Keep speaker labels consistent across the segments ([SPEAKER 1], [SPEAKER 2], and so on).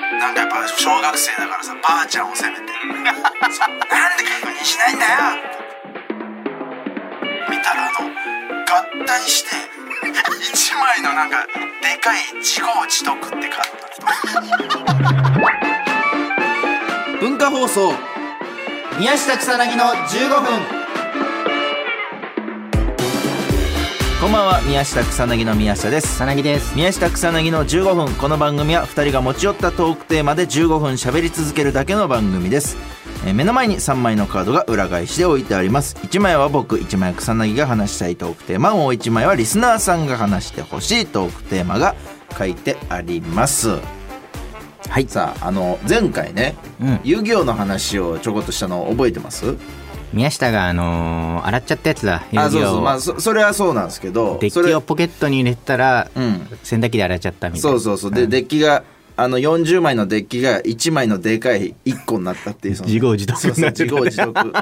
[SPEAKER 1] あ小学生だからさばあちゃんを責めてるなんで確認しないんだよ見たらあの合体して一枚のなんかでかい自業自得ってカードだった
[SPEAKER 2] 文化放送宮下草薙の15分こんばんは宮下草薙の宮下です
[SPEAKER 3] 草薙です
[SPEAKER 2] 宮下草薙の15分この番組は2人が持ち寄ったトークテーマで15分喋り続けるだけの番組ですえー目の前に3枚のカードが裏返しで置いてあります1枚は僕1枚は草薙が話したいトークテーマもう1枚はリスナーさんが話してほしいトークテーマが書いてありますはいさああの前回ね、
[SPEAKER 3] うん
[SPEAKER 2] 遊戯王の話をちょこっとしたの覚えてます
[SPEAKER 3] 宮下があのー洗っちゃったやつだ遊
[SPEAKER 2] あそう
[SPEAKER 3] 戯
[SPEAKER 2] そう
[SPEAKER 3] 王
[SPEAKER 2] まあそそれはそうなんですけど
[SPEAKER 3] デ
[SPEAKER 2] そ
[SPEAKER 3] ッ
[SPEAKER 2] れ
[SPEAKER 3] キをポケットに入れてたら、
[SPEAKER 2] うん
[SPEAKER 3] 洗濯機で洗っちゃったみたいな
[SPEAKER 2] そうそうそうで、デッキがあの40枚のデッキが1枚のでかい1個になったっていうその
[SPEAKER 3] 自業自得
[SPEAKER 2] そうそう自
[SPEAKER 3] にな
[SPEAKER 2] 業
[SPEAKER 3] っ
[SPEAKER 2] 自
[SPEAKER 3] ちゃっ
[SPEAKER 2] 得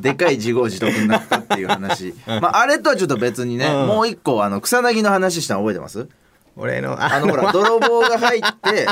[SPEAKER 2] でかい自業自得になったっていう 話、まあ、あれとはちょっと別にね、
[SPEAKER 3] うん
[SPEAKER 2] もう1個あの草薙の話したの覚えてます
[SPEAKER 3] 俺の
[SPEAKER 2] あ
[SPEAKER 3] あ
[SPEAKER 2] の
[SPEAKER 3] の
[SPEAKER 2] ほ ら泥棒が入って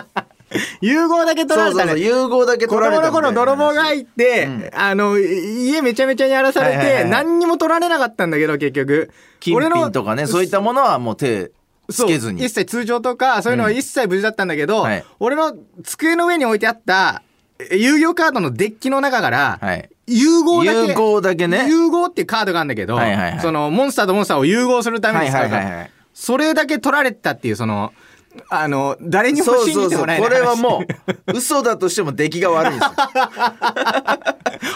[SPEAKER 3] 融合だけ取
[SPEAKER 2] そ
[SPEAKER 3] ら
[SPEAKER 2] うそ
[SPEAKER 3] れ
[SPEAKER 2] う
[SPEAKER 3] た
[SPEAKER 2] そう
[SPEAKER 3] ね
[SPEAKER 2] 融合だけ
[SPEAKER 3] 子
[SPEAKER 2] 取られ
[SPEAKER 3] 供
[SPEAKER 2] た
[SPEAKER 3] の
[SPEAKER 2] みたいな
[SPEAKER 3] 頃
[SPEAKER 2] 話
[SPEAKER 3] 泥棒が入って、あのい家めちゃめちゃに荒らされて、
[SPEAKER 2] はいはいはい
[SPEAKER 3] 何にも取られなかったんだけど結局
[SPEAKER 2] 金品とかねそういったものはもう手つ
[SPEAKER 3] そう
[SPEAKER 2] けずに
[SPEAKER 3] 一切通常とかそういうのは一切無事だったんだけど、
[SPEAKER 2] はい
[SPEAKER 3] 俺の机の上に置いてあったえ遊戯王カードのデッキの中から、
[SPEAKER 2] はい
[SPEAKER 3] 融合だけ
[SPEAKER 2] 融合だけね
[SPEAKER 3] 融合っていうカードがあるんだけど、
[SPEAKER 2] はいはいはい
[SPEAKER 3] そのモンスターとモンスターを融合するために使うから、
[SPEAKER 2] はいはいはいはい
[SPEAKER 3] それだけ取られてたっていうそのあの誰にも
[SPEAKER 2] そう
[SPEAKER 3] 信
[SPEAKER 2] そ
[SPEAKER 3] じ
[SPEAKER 2] うそ
[SPEAKER 3] て
[SPEAKER 2] う
[SPEAKER 3] も
[SPEAKER 2] こ
[SPEAKER 3] らえな
[SPEAKER 2] れは
[SPEAKER 3] い
[SPEAKER 2] もう嘘だとしても出来が悪いんですよ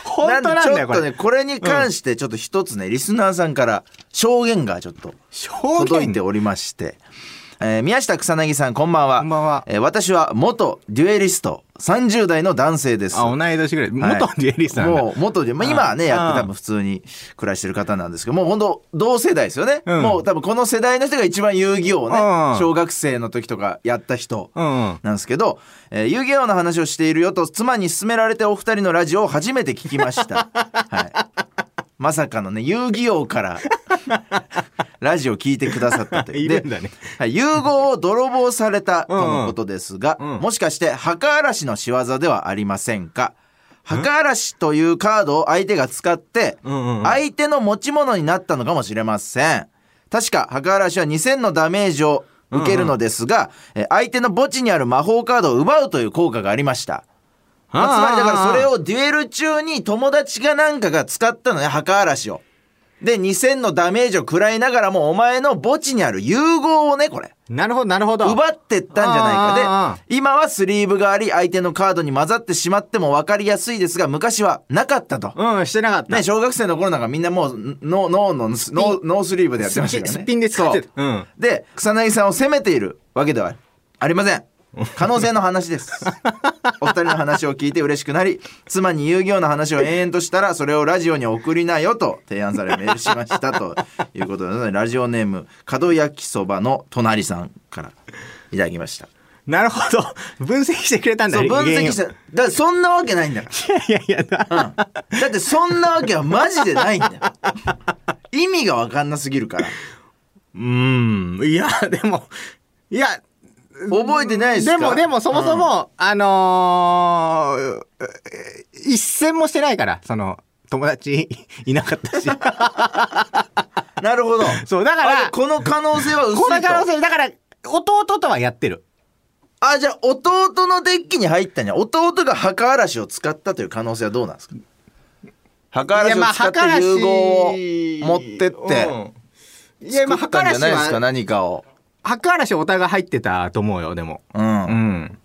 [SPEAKER 3] 本当なんだよこ
[SPEAKER 2] ちょっとね
[SPEAKER 3] れ
[SPEAKER 2] これに関してちょっと一つね、リスナーさんから証言がちょっと
[SPEAKER 3] 証
[SPEAKER 2] 届い
[SPEAKER 3] 言
[SPEAKER 2] ておりまして、えー宮下草薙さんこんばんは
[SPEAKER 3] こんばんは
[SPEAKER 2] えー私は元デュエリスト30代の男性です
[SPEAKER 3] あ同い年ぐらい、
[SPEAKER 2] はい
[SPEAKER 3] 元デュエリストなんだ
[SPEAKER 2] もう元デュエまあ、今はね
[SPEAKER 3] うん
[SPEAKER 2] やって多分普通に暮らしてる方なんですけどもう本当同世代ですよね、
[SPEAKER 3] うん
[SPEAKER 2] もう多分この世代の人が一番遊戯王をね、
[SPEAKER 3] うん
[SPEAKER 2] 小学生の時とかやった人、
[SPEAKER 3] うんうん
[SPEAKER 2] なんですけど、えー遊戯王の話をしているよと妻に勧められてお二人のラジオを初めて聞きま した。はい。まさかのね、遊戯王から ラジオ聞いてくださったという。
[SPEAKER 3] いるんだね
[SPEAKER 2] ではい、融合を泥棒されたと
[SPEAKER 3] うんうん
[SPEAKER 2] のことですが、
[SPEAKER 3] うん
[SPEAKER 2] もしかして墓嵐の仕業ではありませんか墓嵐というカードを相手が使って、
[SPEAKER 3] うんうんうん
[SPEAKER 2] 相手の持ち物になったのかもしれません。確か、墓嵐は2000のダメージを受けるのですが、えー相手の墓地にある魔法カードを奪うという効果がありました。まあつまりだからそれをデュエル中に友達がなんかが使ったのね、墓嵐を。で、2000のダメージを食らいながらも、お前の墓地にある融合をね、これ。
[SPEAKER 3] なるほどなるほど
[SPEAKER 2] 奪ってったんじゃ
[SPEAKER 3] あーあー
[SPEAKER 2] な
[SPEAKER 3] あ
[SPEAKER 2] いかで、今はスリーブがあり、相手のカードに混ざってしまっても分かりやすいですが、昔はなかったと。
[SPEAKER 3] うんしてなかった、
[SPEAKER 2] ね、小学生の頃なんかみんなもうノノーノーノーノースリーブでやってましたけどね
[SPEAKER 3] すっぴんで使ってた
[SPEAKER 2] そう
[SPEAKER 3] うん
[SPEAKER 2] で草薙さんを責めているわけではありませ ん可能性の話ですお二人の話を聞いて嬉しくなり妻に遊戯王の話を延々としたらそれをラジオに送りなよと提案されメールしましたということでラジオネーム門焼きそばの隣さんからいただきました
[SPEAKER 3] なるほど分析してくれたんだ
[SPEAKER 2] そう分析した
[SPEAKER 3] 原
[SPEAKER 2] だからそんなわけないんだから
[SPEAKER 3] 因をいやいやいや
[SPEAKER 2] うんだってそんなわけはマジでないんだよ意味が分かんなすぎるから
[SPEAKER 3] うーん。いや、でも、いや、
[SPEAKER 2] 覚えてないですか
[SPEAKER 3] でも、でも、そもそも、あのーえ一戦もしてないから、その、友達 いな かったし。
[SPEAKER 2] なるほど
[SPEAKER 3] そう、だか
[SPEAKER 2] あ
[SPEAKER 3] ら、
[SPEAKER 2] れこの可能性は薄いと
[SPEAKER 3] この可能性、だから、弟とはやってる。
[SPEAKER 2] あじゃあ弟のデッキに入ったには弟が墓嵐を使ったという可能性はどうなんですか墓嵐を使って融合を持ってって
[SPEAKER 3] いや、まあ、
[SPEAKER 2] 作っ
[SPEAKER 3] 墓
[SPEAKER 2] たんじ
[SPEAKER 3] 嵐
[SPEAKER 2] ゃないですか
[SPEAKER 3] は、
[SPEAKER 2] 何かを
[SPEAKER 3] 墓嵐お互い入ってたと思うよ、でも。
[SPEAKER 2] うん、
[SPEAKER 3] うん。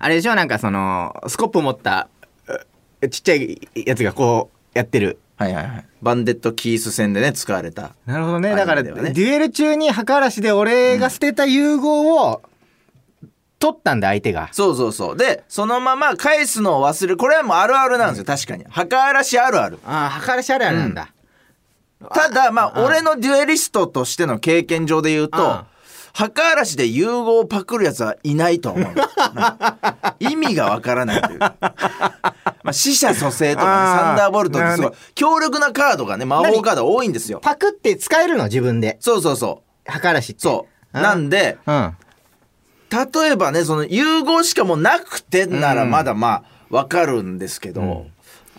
[SPEAKER 3] あれでしょなんかその、スコップ持った、うちっちゃいやつがこう、やってる。
[SPEAKER 2] はいはいはいバンデットキース戦でね使われた
[SPEAKER 3] なるほどね。
[SPEAKER 2] アニメ
[SPEAKER 3] だから、
[SPEAKER 2] ではね
[SPEAKER 3] デュエル中に墓嵐で俺が捨てた融合を、取ったんだ、相手が。
[SPEAKER 2] そうそうそうでそのまま返すのを忘れるこれはもうあるあるなんですよ確かに墓嵐あるある
[SPEAKER 3] ああ、墓嵐あるあるなんだ。
[SPEAKER 2] ただまあ俺のデュエリストとしての経験上で言うと
[SPEAKER 3] あ
[SPEAKER 2] 墓嵐で融合をパクるやつはいないと 思う意味がわからないというかまあ死者蘇生とかね
[SPEAKER 3] あー
[SPEAKER 2] サンダーボルトってすごい
[SPEAKER 3] なる
[SPEAKER 2] 強力なカードがね魔法カード多いんですよ
[SPEAKER 3] パクって使えるの、自分で。
[SPEAKER 2] そうそうそう
[SPEAKER 3] 墓嵐って。
[SPEAKER 2] そう
[SPEAKER 3] うん
[SPEAKER 2] なんで
[SPEAKER 3] うん。
[SPEAKER 2] 例えばねその融合しかもうなくてならまだまあわかるんですけど、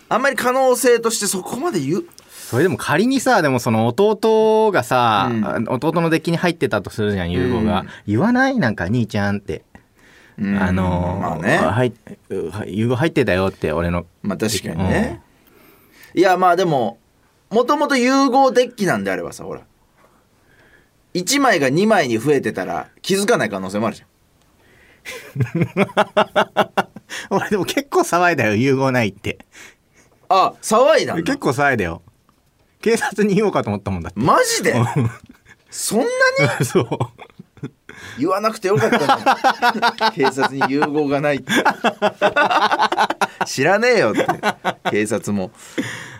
[SPEAKER 2] あんまり可能性としてそこまで言う
[SPEAKER 3] それでも仮にさでもその弟がさ、
[SPEAKER 2] うん
[SPEAKER 3] あ弟のデッキに入ってたとするじゃん優吾が、
[SPEAKER 2] うん
[SPEAKER 3] 言わないなんか兄ちゃんって、
[SPEAKER 2] うん
[SPEAKER 3] あのー
[SPEAKER 2] まあね
[SPEAKER 3] はい優吾、入ってたよって俺の
[SPEAKER 2] まあ確かにね、いやまあでももともと融合デッキなんであればさほら1枚が2枚に増えてたら気づかない可能性もあるじゃん
[SPEAKER 3] 俺でも結構騒いだよ融合ないって
[SPEAKER 2] あ騒いだんだ
[SPEAKER 3] 結構騒いだよ警察に言おうかと思ったもんだって
[SPEAKER 2] マジでそんなに
[SPEAKER 3] そう
[SPEAKER 2] 言わなくてよかったの に警察に融合がないって知らねえよって警察も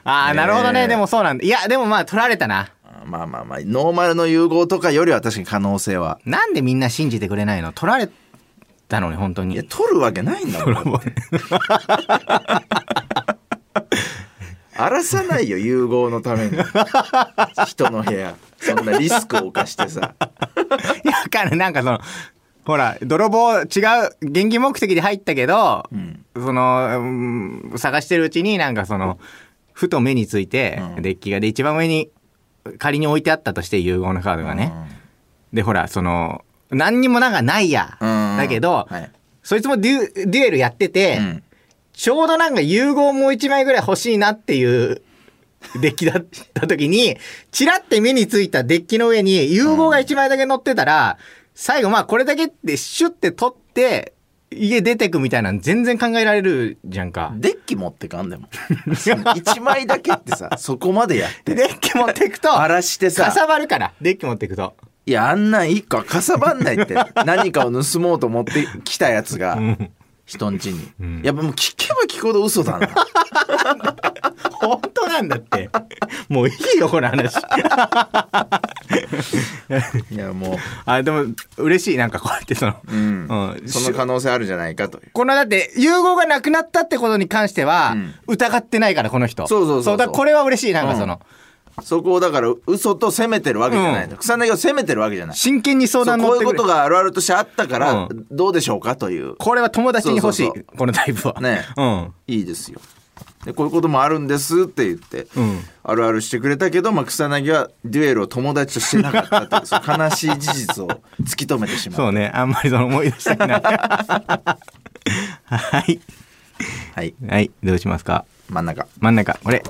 [SPEAKER 3] ああなるほど
[SPEAKER 2] ね
[SPEAKER 3] ね
[SPEAKER 2] え
[SPEAKER 3] でもそうなんだいやでもまあ取られたな
[SPEAKER 2] あまあまあまあノーマルの融合とかよりは確かに可能性は
[SPEAKER 3] なんでみんな信じてくれないの取られたのに本当
[SPEAKER 2] い や
[SPEAKER 3] に
[SPEAKER 2] 取るわけないんだもん荒らさないよ融合のために人の部屋そんなリスクを犯してさ
[SPEAKER 3] いやだからなんかそのほら泥棒違う現金目的で入ったけど、
[SPEAKER 2] ん
[SPEAKER 3] その、うん探してるうちになんかそのふと目について、
[SPEAKER 2] うん
[SPEAKER 3] デッキがで一番上に仮に置いてあったとして融合のカードがね、でほらその何にもなんかないや、
[SPEAKER 2] うん
[SPEAKER 3] だけど、
[SPEAKER 2] はい
[SPEAKER 3] そいつもデュデュエルやってて、
[SPEAKER 2] うん
[SPEAKER 3] ちょうどなんか融合もう一枚ぐらい欲しいなっていうデッキだった時に、チラって目についたデッキの上に融合が一枚だけ乗ってたら、最後まあこれだけってシュッて取って、家出てくみたいなの全然考えられるじゃんか。
[SPEAKER 2] デッキ持ってかんでも1枚だけってさそこまでやって
[SPEAKER 3] でデッキ持ってくと、
[SPEAKER 2] 荒らして
[SPEAKER 3] か
[SPEAKER 2] さ
[SPEAKER 3] さばるから、デッキ持ってくと。
[SPEAKER 2] いやあんなん一個はかさばんないって 何かを盗もうと持ってきたやつが人んちに、
[SPEAKER 3] ん
[SPEAKER 2] やっぱもう聞けば聞くほど嘘だな
[SPEAKER 3] 本当なん だって。もういいよ、この話。
[SPEAKER 2] いやも
[SPEAKER 3] あ、でも嬉しい、なんかこうやってその、
[SPEAKER 2] う、うん
[SPEAKER 3] うん
[SPEAKER 2] その可能性あるじゃないかという
[SPEAKER 3] このだって融合がなくなったってことに関しては
[SPEAKER 2] うん
[SPEAKER 3] 疑ってないからこの人
[SPEAKER 2] そうそうそうそう
[SPEAKER 3] だからこれは嬉しいなんかその、
[SPEAKER 2] そこをだから嘘と責めてるわけじゃないの、草薙を責めてるわけじゃない
[SPEAKER 3] 真剣に
[SPEAKER 2] そう
[SPEAKER 3] 相談
[SPEAKER 2] こ
[SPEAKER 3] 乗
[SPEAKER 2] う
[SPEAKER 3] っ
[SPEAKER 2] い
[SPEAKER 3] て
[SPEAKER 2] う
[SPEAKER 3] く
[SPEAKER 2] こ
[SPEAKER 3] れ
[SPEAKER 2] とがあるあるとしてあったから、
[SPEAKER 3] う
[SPEAKER 2] どうでしょうかという
[SPEAKER 3] これは友達に欲しい
[SPEAKER 2] そうそう
[SPEAKER 3] このタイプは
[SPEAKER 2] ね
[SPEAKER 3] うん
[SPEAKER 2] いいですよでこういうこともあるんですって言って、
[SPEAKER 3] うん
[SPEAKER 2] あるあるしてくれたけど、まあ、草薙はデュエルを友達としてなかったというその悲しい事実を突き止めてしまう
[SPEAKER 3] そうねあんまりその思い出したくない はい
[SPEAKER 2] はい
[SPEAKER 3] はいどうしますか
[SPEAKER 2] 真ん中
[SPEAKER 3] 真ん中これ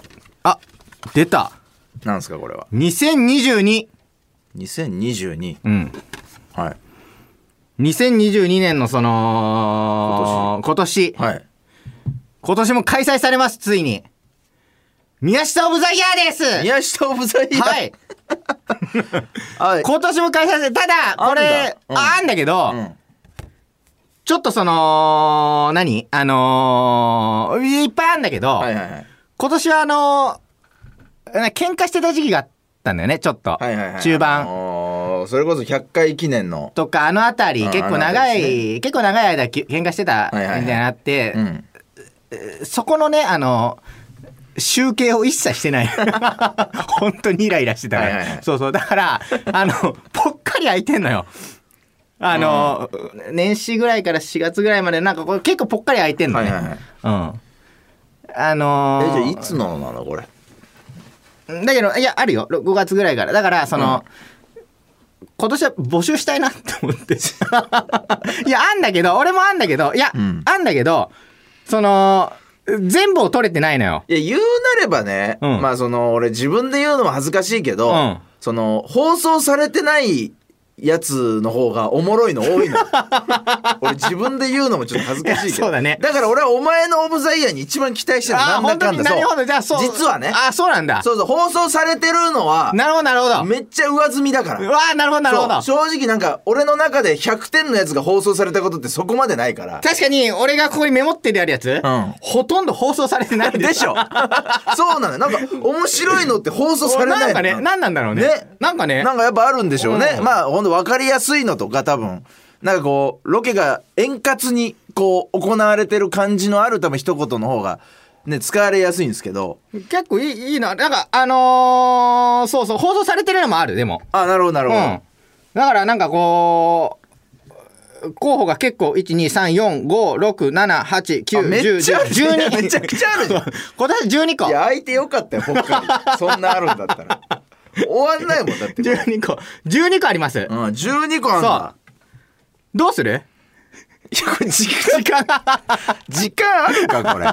[SPEAKER 3] あ出た
[SPEAKER 2] なんですかこれは
[SPEAKER 3] 2022
[SPEAKER 2] 2022
[SPEAKER 3] うん
[SPEAKER 2] はい
[SPEAKER 3] 2022年のその今年今年,、
[SPEAKER 2] はい
[SPEAKER 3] 今年も開催されますついに宮下オブザイヤーです
[SPEAKER 2] 宮下オブザイヤー
[SPEAKER 3] はい。
[SPEAKER 2] はい
[SPEAKER 3] 今年も開催されただ、これ、
[SPEAKER 2] あんだうん
[SPEAKER 3] ああんだけど、
[SPEAKER 2] うん
[SPEAKER 3] ちょっとその、何あのーいっぱいあんだけど、
[SPEAKER 2] はいはいはい
[SPEAKER 3] 今年はあのーな喧嘩してた時期があったんだよね、ちょっと。
[SPEAKER 2] はいはいはい
[SPEAKER 3] 中
[SPEAKER 2] あ
[SPEAKER 3] 盤。
[SPEAKER 2] のーそれこそ100回記念の
[SPEAKER 3] とか、あのあたり、
[SPEAKER 2] うん
[SPEAKER 3] 結構
[SPEAKER 2] あの
[SPEAKER 3] 長
[SPEAKER 2] 辺り
[SPEAKER 3] い、結構長い間き喧嘩してたみ
[SPEAKER 2] はいはい
[SPEAKER 3] た
[SPEAKER 2] はい
[SPEAKER 3] いなのあって、
[SPEAKER 2] うん
[SPEAKER 3] そこのね、あの集計を一切し てない。本当にイライラしてたから。
[SPEAKER 2] はいはいはい
[SPEAKER 3] そうそう。だから、あの、ぽっかり空いてんのよ。あの、年始ぐらいから4月ぐらいまで、なんかこれ結構ぽっかり空いてんの
[SPEAKER 2] は
[SPEAKER 3] ね。
[SPEAKER 2] いはいはい
[SPEAKER 3] うん。あの
[SPEAKER 2] え
[SPEAKER 3] ー
[SPEAKER 2] じゃあいつのなのこれ
[SPEAKER 3] だけど、いや、あるよ。5月ぐらいから。だから、その、今年は募集したいなって思って。 いや、あんだけど、俺もあんだけど、いや、
[SPEAKER 2] ん
[SPEAKER 3] あんだけど、その、全部を取れてないのよ。
[SPEAKER 2] いや言うなればね、
[SPEAKER 3] うん
[SPEAKER 2] まあその俺自分で言うのも恥ずかしいけど、
[SPEAKER 3] うん
[SPEAKER 2] その放送されてないやつの方がおもろいの 多いの俺自分で言うのもちょっと恥ずかしいけど
[SPEAKER 3] いやそうだね
[SPEAKER 2] から俺はお前のオブザイヤーに一番期待してる
[SPEAKER 3] あ
[SPEAKER 2] な
[SPEAKER 3] あ、
[SPEAKER 2] んだ
[SPEAKER 3] 本
[SPEAKER 2] か
[SPEAKER 3] 当
[SPEAKER 2] ん
[SPEAKER 3] に
[SPEAKER 2] だ
[SPEAKER 3] なるほど。じゃあ、そう。
[SPEAKER 2] 実はね
[SPEAKER 3] ああ、そうなんだ。
[SPEAKER 2] そうそう放送されてるのは
[SPEAKER 3] なるほど、なるほど。
[SPEAKER 2] めっちゃ上積みだから
[SPEAKER 3] うわあ、なるほど、なるほど。
[SPEAKER 2] そう正直なんか俺の中で100点のやつが放送されたことってそこまでない から
[SPEAKER 3] 確かに、俺がここにメモってるやるやつ、
[SPEAKER 2] ん
[SPEAKER 3] ほとんど放送されてないん
[SPEAKER 2] でしょ そうなのよなんか面白いのって放送されないの
[SPEAKER 3] なんかね、何なんだろうね。
[SPEAKER 2] ね
[SPEAKER 3] なんかね。
[SPEAKER 2] なんかやっぱあるんでしょうね。
[SPEAKER 3] うん
[SPEAKER 2] まあほんと分かりやすいのとか多分なんかこうロケが円滑にこう行われてる感じのある多分一言の方がね使われやすいんですけど
[SPEAKER 3] 結構いい、いいな。なんか、あのーそうそう、放送されてるのもある、でも。
[SPEAKER 2] あなるほどな
[SPEAKER 3] う
[SPEAKER 2] る
[SPEAKER 3] ん。
[SPEAKER 2] ほど、
[SPEAKER 3] だから、なんかこう、候補が結構、1、2、3、4、5、6、7、8、
[SPEAKER 2] あ
[SPEAKER 3] 9、
[SPEAKER 2] め
[SPEAKER 3] 10、
[SPEAKER 2] っちゃあるじゃん
[SPEAKER 3] 12。
[SPEAKER 2] めちゃくちゃあるじゃん
[SPEAKER 3] 今年12個
[SPEAKER 2] い。や、相手よかったよ、ほっかり。そんなあるんだった ら。終わんないもん、だって。
[SPEAKER 3] 12個。12個あります
[SPEAKER 2] う。ん、12個あんだ。
[SPEAKER 3] どうする
[SPEAKER 2] いや、これ時間、
[SPEAKER 3] 時間が。
[SPEAKER 2] 時間あるか、これ。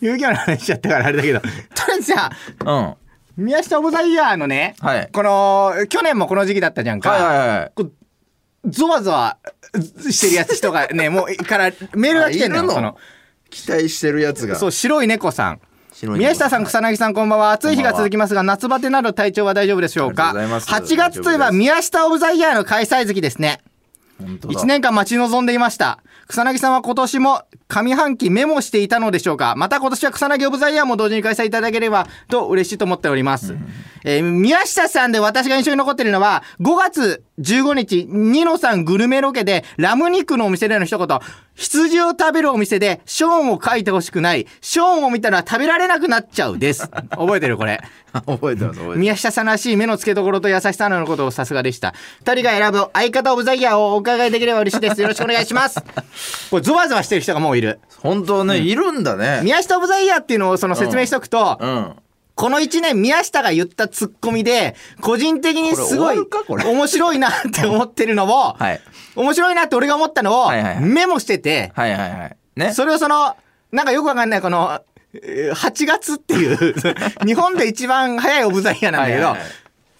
[SPEAKER 3] 遊戯王の話しちゃったからあれだけど。とりあえずさ、
[SPEAKER 2] うん。は
[SPEAKER 3] 宮下オブザイヤーのね、
[SPEAKER 2] はい
[SPEAKER 3] この、去年もこの時期だったじゃん
[SPEAKER 2] い
[SPEAKER 3] か。
[SPEAKER 2] はいはい。
[SPEAKER 3] こうゾワゾワしてるやつ人が ね、もう、からメールが来てんの
[SPEAKER 2] あいる
[SPEAKER 3] よ。
[SPEAKER 2] の
[SPEAKER 3] その
[SPEAKER 2] 期待してるやつが。
[SPEAKER 3] そう、白い猫さん。
[SPEAKER 2] 白い
[SPEAKER 3] 宮下さん、草薙さん、こんばんは。暑い日が続きますが、夏バテなど体調は大丈夫でしょう
[SPEAKER 2] あ
[SPEAKER 3] か
[SPEAKER 2] りがとうございます
[SPEAKER 3] ?8 月といえば、宮下オブザイヤーの開催月ですね。
[SPEAKER 2] 本当だ
[SPEAKER 3] 1年間待ち望んでいました。草薙さんは今年も上半期メモしていたのでしょうかまた今年は草薙オブザイヤーも同時に開催いただければと嬉しいと思っております。えー宮下さんで私が印象に残っているのは、5月15日、ニノさんグルメロケでラム肉のお店での一言、羊を食べるお店でショーンを書いてほしくない、ショーンを見たら食べられなくなっちゃうです。覚えてるこれ。
[SPEAKER 2] 覚えてます、覚えてます。
[SPEAKER 3] 宮下さんらしい目の付けどころと優しさなのことをさすがでした。二人が選ぶ相方オブザイヤーをお伺いできれば嬉しいです。よろしくお願い します。これゾワゾワしてる人がもういる。
[SPEAKER 2] 本当ね、いるんだね。
[SPEAKER 3] 宮下オブザイヤーっていうのをその説明しとくと、
[SPEAKER 2] うん。
[SPEAKER 3] この1年宮下が言ったツッコミで、個人的にすご
[SPEAKER 2] これ
[SPEAKER 3] い
[SPEAKER 2] 終わるかこれ
[SPEAKER 3] 面白いなって思ってるのを、
[SPEAKER 2] はい。
[SPEAKER 3] 面白いなって俺が思ったのを
[SPEAKER 2] はいはいはい
[SPEAKER 3] メモしてて、
[SPEAKER 2] はいはいはい。ね。
[SPEAKER 3] それをその、なんかよくわかんない、この、えー8月っ ていう、日本で一番早いオブザイヤーなんだけど、
[SPEAKER 2] はいはいはい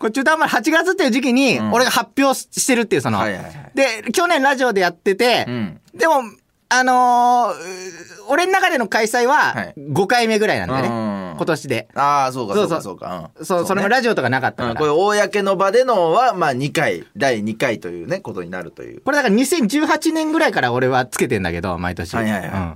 [SPEAKER 3] これ中途半端な8月っていう時期に、
[SPEAKER 2] ん
[SPEAKER 3] 俺が発表ししてるっていう、その、
[SPEAKER 2] はいはいはい
[SPEAKER 3] で、去年ラジオでやってて、
[SPEAKER 2] うん
[SPEAKER 3] でも、あのーう俺の中での開
[SPEAKER 2] はい
[SPEAKER 3] 催は5回目ぐらいなんだよね、
[SPEAKER 2] うん
[SPEAKER 3] 今年で。
[SPEAKER 2] ああ、そうか、
[SPEAKER 3] そ
[SPEAKER 2] そうう
[SPEAKER 3] そう
[SPEAKER 2] か、そうか。うん
[SPEAKER 3] そう、それもラジオとかなかった
[SPEAKER 2] う
[SPEAKER 3] か
[SPEAKER 2] ん、
[SPEAKER 3] ら。
[SPEAKER 2] これ公の場でのはまあ2回第2回というねことになるという
[SPEAKER 3] これだから2018年ぐらいから俺はつけてんだけど、毎年。
[SPEAKER 2] はいはいはい
[SPEAKER 3] うん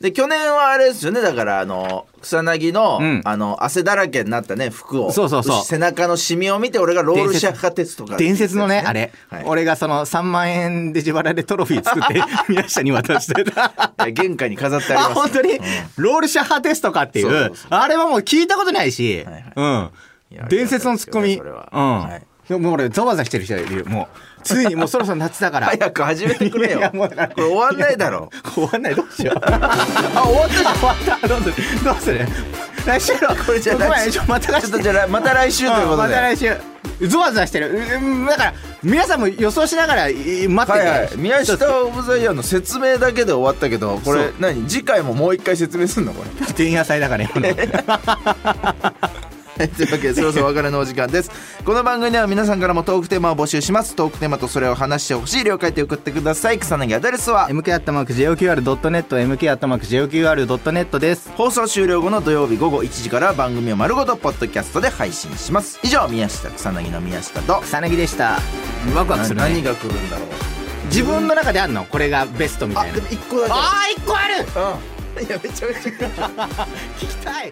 [SPEAKER 2] で去年はあれですよねだからあの草薙の,、
[SPEAKER 3] うん
[SPEAKER 2] あの汗だらけになったね服を
[SPEAKER 3] そうそうそう
[SPEAKER 2] 背中のシミを見て俺がロールシャッカテストから
[SPEAKER 3] 伝説のね、あれ、
[SPEAKER 2] はい
[SPEAKER 3] 俺がその3万円で自腹でトロフィー作って 宮下に渡してた。
[SPEAKER 2] はい玄関に飾ってあり
[SPEAKER 3] あ
[SPEAKER 2] ます
[SPEAKER 3] 本当に、
[SPEAKER 2] うん
[SPEAKER 3] ロールシャッハテストかっていう
[SPEAKER 2] そうそうそ
[SPEAKER 3] あれはもう聞いたことないし、
[SPEAKER 2] いはいい
[SPEAKER 3] うん
[SPEAKER 2] や
[SPEAKER 3] 伝説のツッコミ、
[SPEAKER 2] あ
[SPEAKER 3] う
[SPEAKER 2] り
[SPEAKER 3] ん、
[SPEAKER 2] がたいですよねそれははい
[SPEAKER 3] でももう俺ざわざわしてる人いるもうついにもうそろそろ夏だから
[SPEAKER 2] 早く始めてくれよ
[SPEAKER 3] いやもうだから
[SPEAKER 2] これ終わんないだろ
[SPEAKER 3] 終わんないどうしようあ終わったじゃん終わったどうするどうす る来週の
[SPEAKER 2] これじゃあ
[SPEAKER 3] ごめんちょまた来
[SPEAKER 2] ち
[SPEAKER 3] 週
[SPEAKER 2] ょっとじゃあまた来週ということで
[SPEAKER 3] んまた来週ゾワゾワしてるうんだから皆さんも予想しながらい待って
[SPEAKER 2] は
[SPEAKER 3] て、
[SPEAKER 2] いはい宮下オブザイヤーの説明だけで終わったけどこ
[SPEAKER 3] そ
[SPEAKER 2] れ
[SPEAKER 3] う
[SPEAKER 2] 何次回ももう一回説明すんのこれ
[SPEAKER 3] 前夜祭だか ら今の
[SPEAKER 2] はいというわけでそろそろお別れのお時間ですこの番組では皆さんからもトークテーマを募集しますトークテーマとそれを話してほしい了解て送ってください草薙アドレスは
[SPEAKER 3] mk.jqr.net mk.jqr.net です
[SPEAKER 2] 放送終了後の土曜日午後1時から番組を丸ごとポッドキャストで配信します以上宮下草薙の宮下と
[SPEAKER 3] 草薙でしたワクワクする、ね、
[SPEAKER 2] 何が来るんだろう
[SPEAKER 3] 自分の中であんのこれがベストみた
[SPEAKER 2] あ
[SPEAKER 3] いな
[SPEAKER 2] でも1個だけ
[SPEAKER 3] あー一個あ
[SPEAKER 2] う
[SPEAKER 3] る
[SPEAKER 2] んいやめちゃめちゃ
[SPEAKER 3] 聞きたい